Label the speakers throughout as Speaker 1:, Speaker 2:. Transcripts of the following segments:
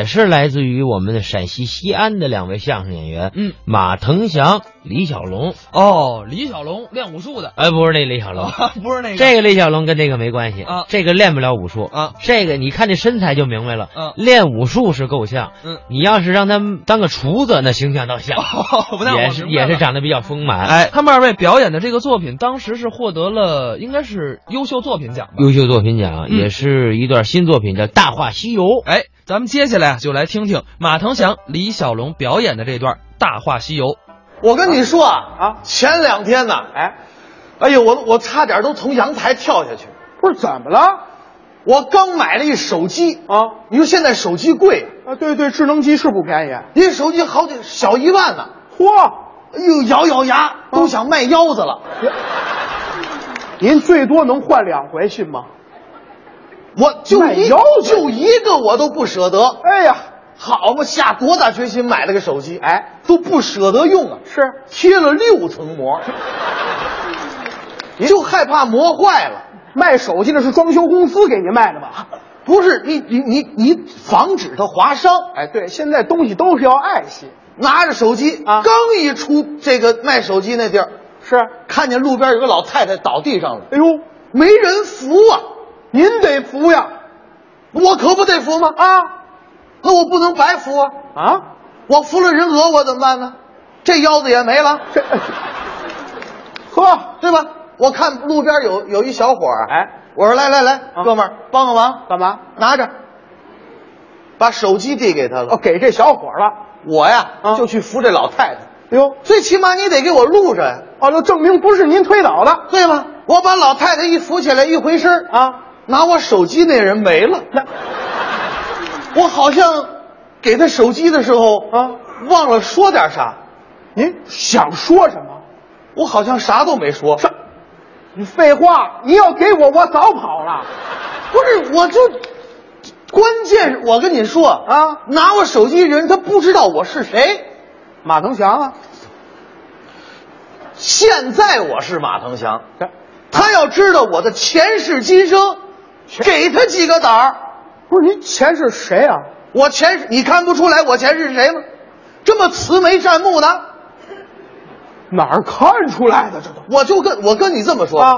Speaker 1: 也是来自于我们的陕西西安的两位相声演员，
Speaker 2: 嗯，
Speaker 1: 马腾祥、李小龙。
Speaker 2: 哦，李小龙练武术的，
Speaker 1: 哎，不是那李小龙，
Speaker 2: 不是那个
Speaker 1: 这个李小龙跟这个没关系
Speaker 2: 啊
Speaker 1: 这个练不了武术
Speaker 2: 啊，
Speaker 1: 这个你看这身材就明白了，
Speaker 2: 嗯
Speaker 1: 练武术是够像，
Speaker 2: 嗯，
Speaker 1: 你要是让他当个厨子，那形象倒像，
Speaker 2: 哦，不太
Speaker 1: 也是也是长得比较丰满，
Speaker 2: 哎，他们二位表演的这个作品，当时是获得了应该是优秀作品奖吧？
Speaker 1: 优秀作品奖、
Speaker 2: 嗯
Speaker 1: 也是一段新作品，叫《大话西游》。
Speaker 2: 哎，咱们接下来啊就来听听马腾祥、李小龙表演的这段《大话西游》。
Speaker 3: 我跟你说啊，
Speaker 4: 啊
Speaker 3: 前两天呢，
Speaker 4: 哎，
Speaker 3: 哎呦，我我差点都从阳台跳下去。
Speaker 4: 不是怎么了？
Speaker 3: 我刚买了一手机
Speaker 4: 啊，
Speaker 3: 你说现在手机贵，
Speaker 4: 啊，对对，智能机是不便宜。啊
Speaker 3: 一手机好几小一万呢。
Speaker 4: 嚯，啊
Speaker 3: 哎呦，咬咬牙都想卖腰子了。
Speaker 4: 您最多能换两回，信吗？
Speaker 3: 我就
Speaker 4: 卖
Speaker 3: 一
Speaker 4: 腰子
Speaker 3: 就一个我都不舍得。
Speaker 4: 哎呀，
Speaker 3: 好嘛，下多大决心买了个手机，
Speaker 4: 哎，
Speaker 3: 都不舍得用啊。
Speaker 4: 是
Speaker 3: 贴了六层 膜，就害怕膜坏了。
Speaker 4: 卖手机那是装修公司给您卖的吧？
Speaker 3: 不是你你你你防止它划伤，
Speaker 4: 哎，对，现在东西都是要爱惜，
Speaker 3: 拿着手机
Speaker 4: 啊
Speaker 3: 刚一出这个卖手机那地儿，
Speaker 4: 是。
Speaker 3: 看见路边有个老太太倒地上了，
Speaker 4: 哎呦，
Speaker 3: 没人扶啊，
Speaker 4: 您得服呀！
Speaker 3: 我可不得扶吗？
Speaker 4: 啊
Speaker 3: 那我不能白扶啊，
Speaker 4: 啊，
Speaker 3: 我扶了人讹我怎么办呢？这腰子也没了，
Speaker 4: 这，呵，
Speaker 3: 对吧？我看路边有有一小伙儿，啊
Speaker 4: 哎，
Speaker 3: 我说来来来，
Speaker 4: 啊
Speaker 3: 哥们儿帮个忙，
Speaker 4: 干嘛？
Speaker 3: 拿着，把手机递给他了。
Speaker 4: 哦，给这小伙儿了。
Speaker 3: 我呀、
Speaker 4: 啊
Speaker 3: 就去扶这老太太，
Speaker 4: 哎呦，
Speaker 3: 最起码你得给我录着呀，
Speaker 4: 哦，那证明不是您推倒的
Speaker 3: 对吗？我把老太太一扶起来，一回身，
Speaker 4: 啊？
Speaker 3: 拿我手机那人没了。
Speaker 4: 那
Speaker 3: 我好像给他手机的时候
Speaker 4: 啊，
Speaker 3: 忘了说点啥，
Speaker 4: 您想说什么？
Speaker 3: 我好像啥都没说。
Speaker 4: 上，你废话，你要给我，我早跑了。
Speaker 3: 不是，我就关键是我跟你说
Speaker 4: 啊
Speaker 3: 拿我手机的人他不知道我是谁。
Speaker 4: 马腾祥啊，
Speaker 3: 现在我是马腾祥，
Speaker 4: 这
Speaker 3: 他要知道我的前世今生，给他几个胆儿。
Speaker 4: 不是您钱是谁啊？
Speaker 3: 我前世你看不出来我前世是谁吗？这么慈眉善目的，
Speaker 4: 哪儿看出来的？这都
Speaker 3: 我就跟我跟你这么说
Speaker 4: 啊，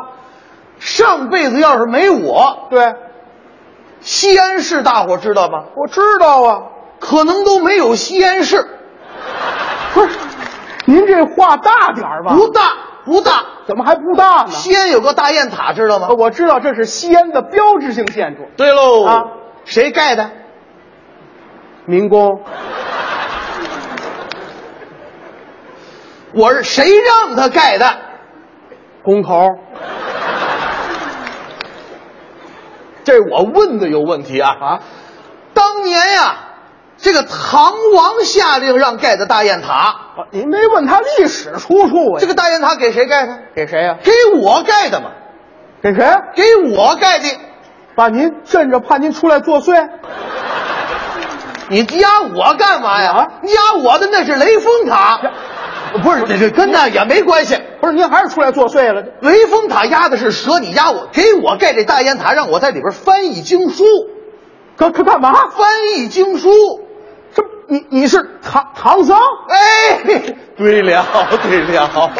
Speaker 3: 上辈子要是没我，
Speaker 4: 对，
Speaker 3: 西安市大伙知道吗？
Speaker 4: 我知道啊。
Speaker 3: 可能都没有西安市，
Speaker 4: 不是，您这话大点儿吧？
Speaker 3: 不大不大。
Speaker 4: 怎么还不大呢？
Speaker 3: 西安有个大雁塔，知道吗
Speaker 4: 呃？我知道这是西安的标志性建筑，
Speaker 3: 对喽
Speaker 4: 啊
Speaker 3: 谁盖的？
Speaker 4: 民工。
Speaker 3: 我是谁让他盖的？
Speaker 4: 工头，
Speaker 3: 这我问的有问题啊！
Speaker 4: 啊，
Speaker 3: 当年呀、这个唐王下令让盖的大雁塔，
Speaker 4: 啊您没问他历史出处啊？
Speaker 3: 这个大雁塔给谁盖的？
Speaker 4: 给谁呀、啊
Speaker 3: 给我盖的嘛，
Speaker 4: 给谁？
Speaker 3: 给我盖的。
Speaker 4: 把您镇着，怕您出来作祟。
Speaker 3: 你压我干嘛呀
Speaker 4: 啊？
Speaker 3: 你压我的那是雷峰塔，不是这这跟那也没关系。
Speaker 4: 不是，您还是出来作祟了。
Speaker 3: 雷峰塔压的是蛇，你压我，给我盖这大雁塔，让我在里边翻译经书，
Speaker 4: 可可干嘛？
Speaker 3: 翻译经书。
Speaker 4: 这你你是唐唐僧？
Speaker 3: 哎，对了，对了，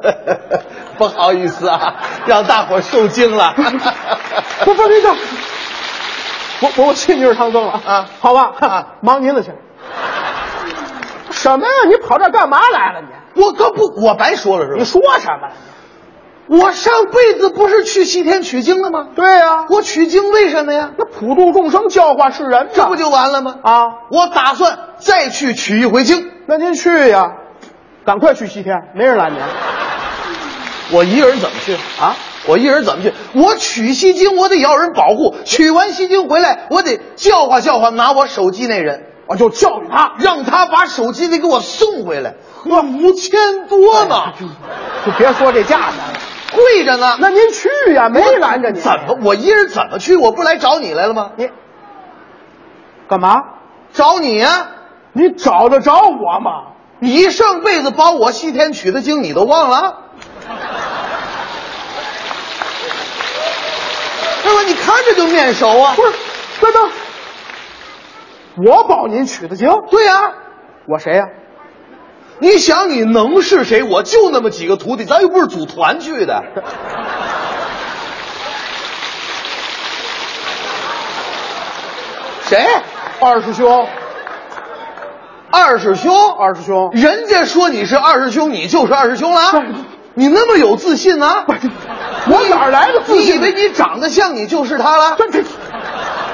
Speaker 3: 不好意思啊，让大伙受惊了。
Speaker 4: 不不，您这，我我我信您是唐僧了
Speaker 3: 啊
Speaker 4: 好吧，
Speaker 3: 啊
Speaker 4: 忙您的去。什么呀？你跑这儿干嘛来了你？
Speaker 3: 我可不，我白说了是
Speaker 4: 你
Speaker 3: 吧？
Speaker 4: 说什么了？
Speaker 3: 我上辈子不是去西天取经的吗？
Speaker 4: 对呀、
Speaker 3: 我取经为什么呀？
Speaker 4: 那普度众生、教化世人，
Speaker 3: 这不就完了吗？
Speaker 4: 啊？
Speaker 3: 我打算再去取一回经，
Speaker 4: 那您去呀，赶快去西天，没人拦您
Speaker 3: 我一个人怎么去？
Speaker 4: 啊。
Speaker 3: 我一人怎么去？我取西经，我得要人保护。取完西经回来，我得教化教化拿我手机那人，
Speaker 4: 我就教育他，
Speaker 3: 让他把手机得给我送回来。我五千多呢，
Speaker 4: 哎就别说这价钱了。
Speaker 3: 贵着呢。
Speaker 4: 那您去呀，没拦着你。
Speaker 3: 怎么？我一人怎么去？我不来找你来了吗？
Speaker 4: 你干嘛？
Speaker 3: 找你啊！
Speaker 4: 你找得着我吗？
Speaker 3: 你上辈子把我西天取的经你都忘了？对吧？你看着就面熟啊！
Speaker 4: 不是，等等，我保您取得经。
Speaker 3: 对呀、
Speaker 4: 我谁呀、
Speaker 3: 你想你能是谁？我就那么几个徒弟，咱又不是组团 去的。谁？
Speaker 4: 二师兄，
Speaker 3: 二师兄，
Speaker 4: 二师兄，
Speaker 3: 人家说你是二师兄，你就是二师兄了
Speaker 4: 是。
Speaker 3: 你那么有自信呢、
Speaker 4: 我哪儿来的自
Speaker 3: 你以
Speaker 4: 信？
Speaker 3: 为你长得像你就是他了？
Speaker 4: 这这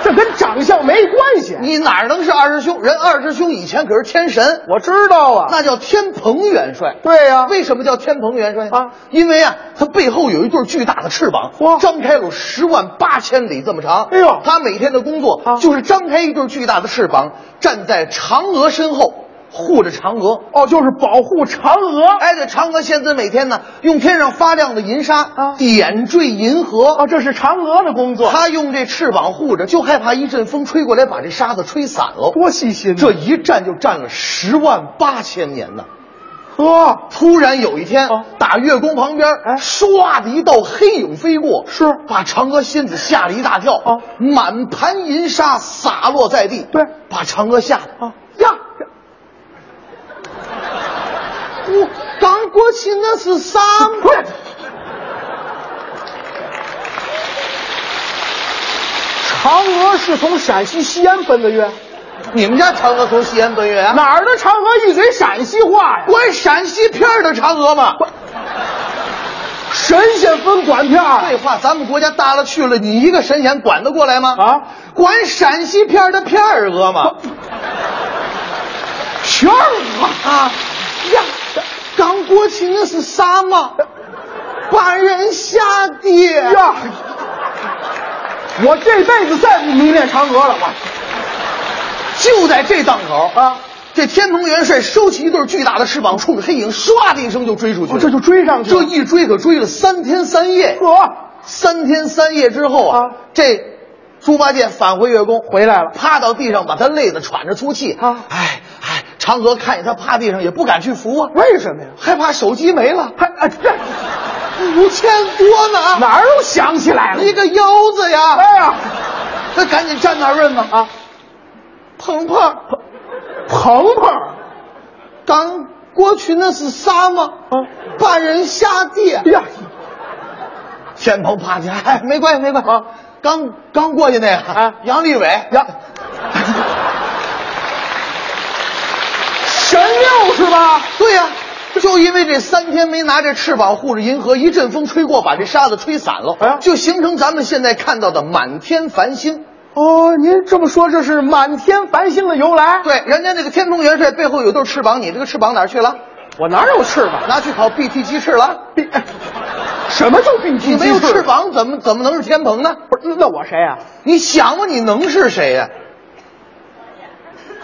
Speaker 4: 这跟长相没关系。
Speaker 3: 你哪能是二师兄？人二师兄以前可是天神，
Speaker 4: 我知道啊，
Speaker 3: 那叫天蓬元帅。
Speaker 4: 对呀、
Speaker 3: 为什么叫天蓬元帅
Speaker 4: 啊？
Speaker 3: 因为啊，他背后有一对巨大的翅膀，
Speaker 4: 哇
Speaker 3: 张开有十万八千里这么长。
Speaker 4: 哎呦
Speaker 3: 他每天的工作
Speaker 4: 啊
Speaker 3: 就是张开一对巨大的翅膀，站在嫦娥身后护着嫦娥。
Speaker 4: 哦，就是保护嫦娥。
Speaker 3: 哎，对，嫦娥仙子每天呢，用天上发亮的银沙
Speaker 4: 啊
Speaker 3: 点缀银河。
Speaker 4: 哦，这是嫦娥的工作，
Speaker 3: 他用这翅膀护着，就害怕一阵风吹过来把这沙子吹散了。
Speaker 4: 多细心呐
Speaker 3: 这一站就站了十万八千年呢。
Speaker 4: 呵，
Speaker 3: 突然有一天
Speaker 4: 啊，
Speaker 3: 打月宫旁边，
Speaker 4: 哎
Speaker 3: 唰的一道黑影飞过，
Speaker 4: 是
Speaker 3: 把嫦娥仙子吓了一大跳
Speaker 4: 啊
Speaker 3: 满盘银沙洒落在地，
Speaker 4: 对
Speaker 3: 把嫦娥吓的
Speaker 4: 啊呀，
Speaker 3: 我刚过去那是啥
Speaker 4: 不是，嫦娥是从陕西西安奔的月，
Speaker 3: 你们家嫦娥从西安奔月啊？
Speaker 4: 哪儿的嫦娥一嘴陕西话呀？
Speaker 3: 关陕西片儿的嫦娥吗？
Speaker 4: 神仙分管片儿
Speaker 3: 废话，咱们国家大了去了，你一个神仙管得过来吗？
Speaker 4: 啊，
Speaker 3: 管陕西片儿的片儿鹅吗？
Speaker 4: 全啊，
Speaker 3: 啊呀，刚过去那是啥嘛？把人吓的
Speaker 4: 呀！我这辈子再不迷恋嫦娥了，我
Speaker 3: 就在这档口
Speaker 4: 啊，
Speaker 3: 这天蓬元帅收起一对巨大的翅膀，冲着黑影唰的一声就追出去
Speaker 4: 哦
Speaker 3: 了。
Speaker 4: 这就追上去
Speaker 3: 这
Speaker 4: 了。
Speaker 3: 一追可追了三天三夜，
Speaker 4: 呵，
Speaker 3: 三天三夜之后啊，
Speaker 4: 啊
Speaker 3: 这猪八戒返回月宫
Speaker 4: 回来了
Speaker 3: 趴到地上，把他累得喘着粗气
Speaker 4: 啊
Speaker 3: 哎哎，嫦娥看见他趴地上也不敢去扶啊，
Speaker 4: 为什么呀？
Speaker 3: 害怕手机没了，
Speaker 4: 还啊这
Speaker 3: 五千多呢啊，
Speaker 4: 哪儿都想起来了。
Speaker 3: 一个腰子呀！
Speaker 4: 哎呀，
Speaker 3: 他赶紧站那儿问吧啊，鹏鹏，
Speaker 4: 鹏鹏，
Speaker 3: 刚过去那是沙吗？
Speaker 4: 啊
Speaker 3: 把人吓地。啊
Speaker 4: 哎呀，
Speaker 3: 天蓬趴下，哎，没关系，没关系
Speaker 4: 啊。
Speaker 3: 刚刚过去那个
Speaker 4: 啊
Speaker 3: 杨利伟，
Speaker 4: 呀，神六是吧？
Speaker 3: 对呀、就因为这三天没拿着翅膀护着银河，一阵风吹过，把这沙子吹散了，
Speaker 4: 啊
Speaker 3: 就形成咱们现在看到的满天繁星。
Speaker 4: 哦，您这么说，这是满天繁星的由来？，
Speaker 3: 对，人家那个天蓬元帅背后有对翅膀，你这个翅膀哪儿去了？
Speaker 4: 我哪有翅膀？
Speaker 3: 拿去烤 BT 鸡翅了？
Speaker 4: 比什么叫哎 B T？
Speaker 3: 你没有翅，膀，怎么怎么能是天蓬呢？
Speaker 4: 不是？那我谁啊呀、
Speaker 3: 你想吧，你能是谁呀、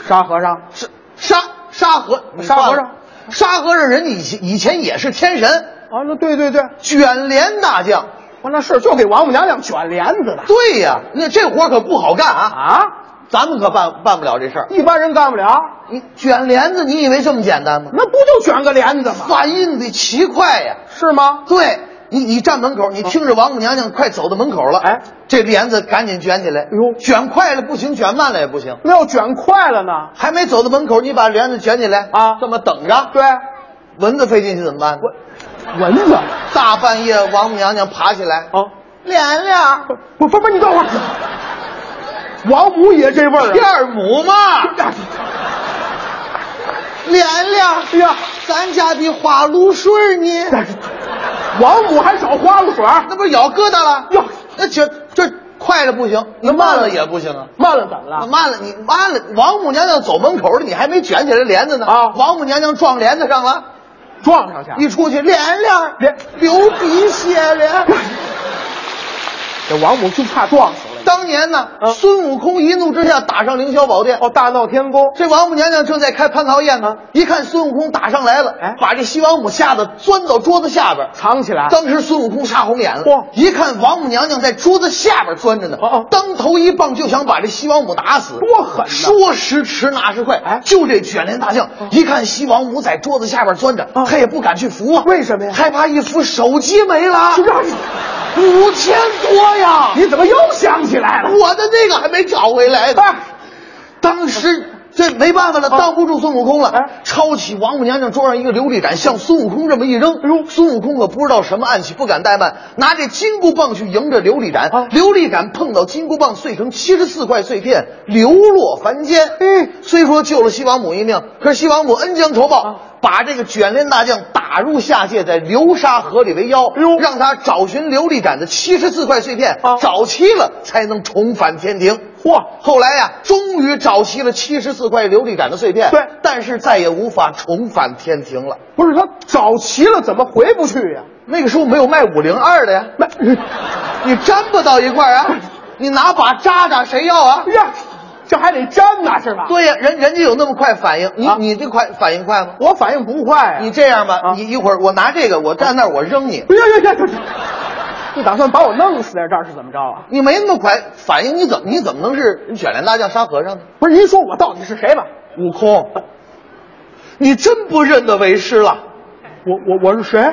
Speaker 4: 沙和尚。
Speaker 3: 是沙沙和
Speaker 4: 沙和尚，
Speaker 3: 沙和尚人以前以前也是天神，
Speaker 4: 啊，那对对对，
Speaker 3: 卷帘大将。
Speaker 4: 我那是就给王母娘娘卷帘子的
Speaker 3: 对呀、那这活可不好干啊，
Speaker 4: 啊，
Speaker 3: 咱们可办办不了这事儿。
Speaker 4: 一般人干不了，
Speaker 3: 你卷帘子，你以为这么简单吗？
Speaker 4: 那不就卷个帘子吗？
Speaker 3: 反应得奇快呀、
Speaker 4: 是吗？
Speaker 3: 对你，你站门口，你听着王母娘娘快走到门口了，
Speaker 4: 哎，
Speaker 3: 这帘子赶紧卷起来。
Speaker 4: 呦
Speaker 3: 卷快了不行，卷慢了也不行。
Speaker 4: 那要卷快了呢？
Speaker 3: 还没走到门口，你把帘子卷起来
Speaker 4: 啊
Speaker 3: 这么等着，
Speaker 4: 对，
Speaker 3: 蚊子飞进去怎么办？
Speaker 4: 我蚊子
Speaker 3: 大半夜，王母娘娘爬起来，
Speaker 4: 啊，
Speaker 3: 莲莲儿，
Speaker 4: 不不不，你等会儿，王母也这味儿
Speaker 3: 二 母嘛，
Speaker 4: 啊？
Speaker 3: 莲莲儿，
Speaker 4: 哎呀，
Speaker 3: 咱家的花露水 呢？
Speaker 4: 王母还找花露水儿，
Speaker 3: 那不是咬疙瘩了？
Speaker 4: 哟
Speaker 3: 那这这快了不行，你
Speaker 4: 那慢
Speaker 3: 慢
Speaker 4: 了
Speaker 3: 了也不行啊。
Speaker 4: 慢了怎么
Speaker 3: 那
Speaker 4: 了？
Speaker 3: 慢了，你慢了。王母娘娘走门口了，你还没卷起来帘子呢。
Speaker 4: 啊哎
Speaker 3: 王母娘娘撞帘子上了，
Speaker 4: 撞上去
Speaker 3: 一出去，莲莲儿
Speaker 4: 莲
Speaker 3: 流鼻血了。
Speaker 4: 哎这王母就差撞死了。
Speaker 3: 当年呢，
Speaker 4: 啊
Speaker 3: 孙悟空一怒之下打上凌霄宝殿，
Speaker 4: 哦，大闹天宫，
Speaker 3: 这王母娘娘正在开蟠桃宴呢，一看孙悟空打上来了，
Speaker 4: 哎
Speaker 3: 把这西王母吓得钻到桌子下边。
Speaker 4: 藏起来。
Speaker 3: 当时孙悟空杀红眼了
Speaker 4: 嚯，
Speaker 3: 一看王母娘娘在桌子下边钻着呢
Speaker 4: 哦哦，
Speaker 3: 当头一棒就想把这西王母打死，
Speaker 4: 多狠呐
Speaker 3: 说时迟，那时快
Speaker 4: 哎，哦
Speaker 3: 就这卷帘大将一看西王母在桌子下边钻着，
Speaker 4: 啊
Speaker 3: 他也不敢去扶啊，
Speaker 4: 为什么呀
Speaker 3: 害怕一扶手机没了，五千多呀！
Speaker 4: 你怎么又想起来了？
Speaker 3: 我的那个还没找回来呢。
Speaker 4: 哎
Speaker 3: 当时这没办法了，
Speaker 4: 啊
Speaker 3: 挡不住孙悟空了，
Speaker 4: 哎
Speaker 3: 抄起王母娘娘桌上一个琉璃盏，向孙悟空这么一扔，
Speaker 4: 哎呦
Speaker 3: 孙悟空可不知道什么暗器，不敢怠慢，拿这金箍棒去迎着琉璃盏，
Speaker 4: 啊
Speaker 3: 琉璃盏碰到金箍棒，碎成七十四块碎片，流落凡间。
Speaker 4: 嗯
Speaker 3: 虽说救了西王母一命，可是西王母恩将仇报。
Speaker 4: 啊
Speaker 3: 把这个卷帘大将打入下界，在流沙河里为妖，
Speaker 4: 哎呦
Speaker 3: 让他找寻琉璃盏的七十四块碎片，
Speaker 4: 啊
Speaker 3: 找齐了才能重返天庭。
Speaker 4: 嚯，
Speaker 3: 后来呀、终于找齐了七十四块琉璃盏的碎片，
Speaker 4: 对
Speaker 3: 但是再也无法重返天庭了。
Speaker 4: 不是他找齐了，怎么回不去呀、
Speaker 3: 那个时候没有卖五零二的呀，
Speaker 4: 那嗯
Speaker 3: 你粘不到一块儿啊，你拿把扎扎谁要啊？
Speaker 4: 呀，这还得粘呢是吧？，
Speaker 3: 对呀、人人家有那么快反应，你、
Speaker 4: 啊
Speaker 3: 你这快反应快吗？
Speaker 4: 我反应不快呀、
Speaker 3: 你这样吧，
Speaker 4: 啊
Speaker 3: 你一会儿我拿这个，我站那儿我扔你，
Speaker 4: 不呀呀呀呀呀， 就打算把我弄死在这儿是怎么着啊？
Speaker 3: 你没那么快反应，你怎么你怎么能是卷帘大将沙和尚呢？
Speaker 4: 不是您说我到底是谁吧？
Speaker 3: 悟空，你真不认得为师了，
Speaker 4: 我我我是谁？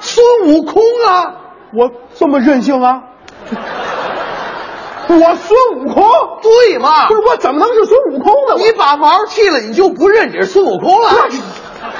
Speaker 3: 孙悟空啊！
Speaker 4: 我这么任性啊？ 我孙悟空？
Speaker 3: 对嘛？
Speaker 4: 不是我怎么能是孙悟空呢？我
Speaker 3: 你把毛剃了，你就不认你是孙悟空了？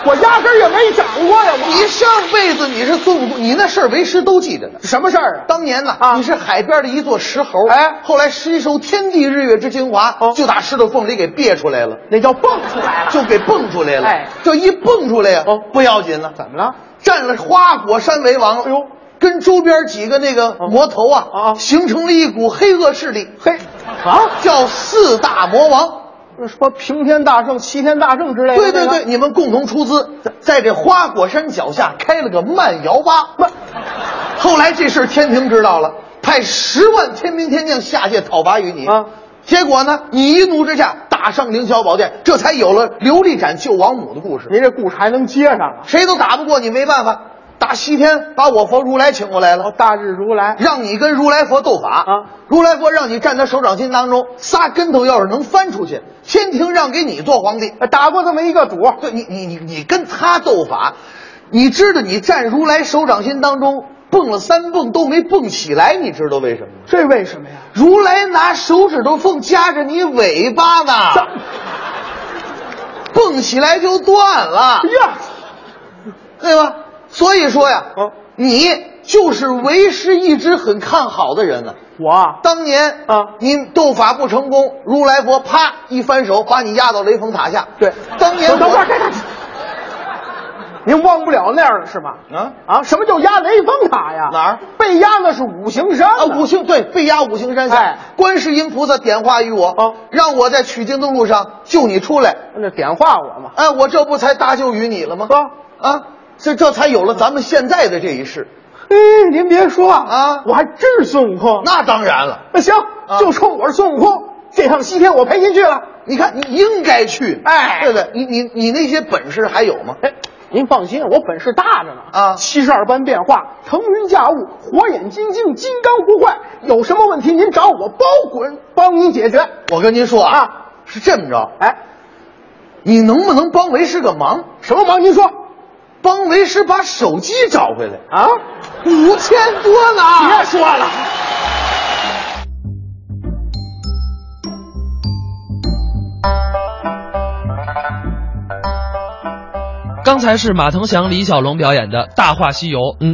Speaker 4: 我压根儿也没长过呀！我
Speaker 3: 你上辈子你是孙悟空，你那事儿为师都记着呢。
Speaker 4: 什么事儿啊？
Speaker 3: 当年呢，
Speaker 4: 啊
Speaker 3: 你是海边的一座石猴，
Speaker 4: 哎
Speaker 3: 后来吸收天地日月之精华，
Speaker 4: 哦
Speaker 3: 就打石头缝里给憋出来了，
Speaker 4: 那叫蹦出来了。
Speaker 3: 就给蹦出来了。
Speaker 4: 哎
Speaker 3: 这一蹦出来呀、
Speaker 4: 哦
Speaker 3: 不要紧了，
Speaker 4: 怎么了？
Speaker 3: 占了花果山为王了。
Speaker 4: 哎呦，
Speaker 3: 跟周边几个那个魔头啊，
Speaker 4: 啊啊
Speaker 3: 形成了一股黑恶势力，
Speaker 4: 嘿，啊，
Speaker 3: 叫四大魔王。
Speaker 4: 什么平天大圣、齐天大圣之类的？
Speaker 3: 对对
Speaker 4: 那
Speaker 3: 对，
Speaker 4: 个，
Speaker 3: 你们共同出资，在这花果山脚下开了个慢摇吧。后来这事儿天庭知道了，派十万天兵天将下界讨伐于你。
Speaker 4: 啊
Speaker 3: 结果呢，你一怒之下打上凌霄宝殿，这才有了琉璃盏救王母的故事。
Speaker 4: 您这故事还能接上啊？
Speaker 3: 谁都打不过你，没办法，打西天把我佛如来请过来了。
Speaker 4: 哦，大日如来，
Speaker 3: 让你跟如来佛斗法
Speaker 4: 啊！
Speaker 3: 如来佛让你站他手掌心当中，仨跟头要是能翻出去，天庭让给你做皇帝。
Speaker 4: 呃打过这么一个赌，
Speaker 3: 对你你你你跟他斗法，你知道你站如来手掌心当中蹦了三蹦都没蹦起来，你知道为什么吗？
Speaker 4: 这为什么呀？
Speaker 3: 如来拿手指头缝夹着你尾巴呢，蹦起来就断了
Speaker 4: 哎，呀，
Speaker 3: 对吧？所以说呀，
Speaker 4: 嗯
Speaker 3: 你就是为师一直很看好的人了。
Speaker 4: 我啊
Speaker 3: 当年
Speaker 4: 啊
Speaker 3: 您斗法不成功，如来佛啪一翻手，把你压到雷峰塔下。
Speaker 4: 对，
Speaker 3: 当年
Speaker 4: 等等会
Speaker 3: 我
Speaker 4: 儿，这这您忘不了那样了是吗？
Speaker 3: 啊
Speaker 4: 啊，什么叫压雷峰塔呀？
Speaker 3: 哪儿
Speaker 4: 被压那是五行山
Speaker 3: 啊，
Speaker 4: 呢
Speaker 3: 五行对被压五行山下，
Speaker 4: 哎
Speaker 3: 观世音菩萨点化于我，
Speaker 4: 啊
Speaker 3: 让我在取经的路上救你出来，
Speaker 4: 那点化我嘛。
Speaker 3: 哎，我这不才搭救于你了吗？
Speaker 4: 啊
Speaker 3: 啊，这这才有了咱们现在的这一世。
Speaker 4: 嘿，您别说
Speaker 3: 啊
Speaker 4: 我还真是孙悟空。
Speaker 3: 那当然了，
Speaker 4: 那行，
Speaker 3: 啊
Speaker 4: 就冲我是孙悟空，这趟西天我陪您去了。
Speaker 3: 你看你应该去，
Speaker 4: 哎
Speaker 3: 对不对？你你你那些本事还有吗？
Speaker 4: 哎，您放心，我本事大着呢
Speaker 3: 啊
Speaker 4: 七十二般变化，腾云驾雾，火眼金睛，金刚不坏。有什么问题您找我，包滚帮您解决。
Speaker 3: 我跟您说啊，
Speaker 4: 啊
Speaker 3: 是这么着，
Speaker 4: 哎，
Speaker 3: 你能不能帮为师个忙？
Speaker 4: 什么忙？您说
Speaker 3: 帮为师把手机找回来，
Speaker 4: 啊？
Speaker 3: 五千多呢。
Speaker 4: 别说了。
Speaker 2: 刚才是马腾祥、李小龙表演的《大话西游》。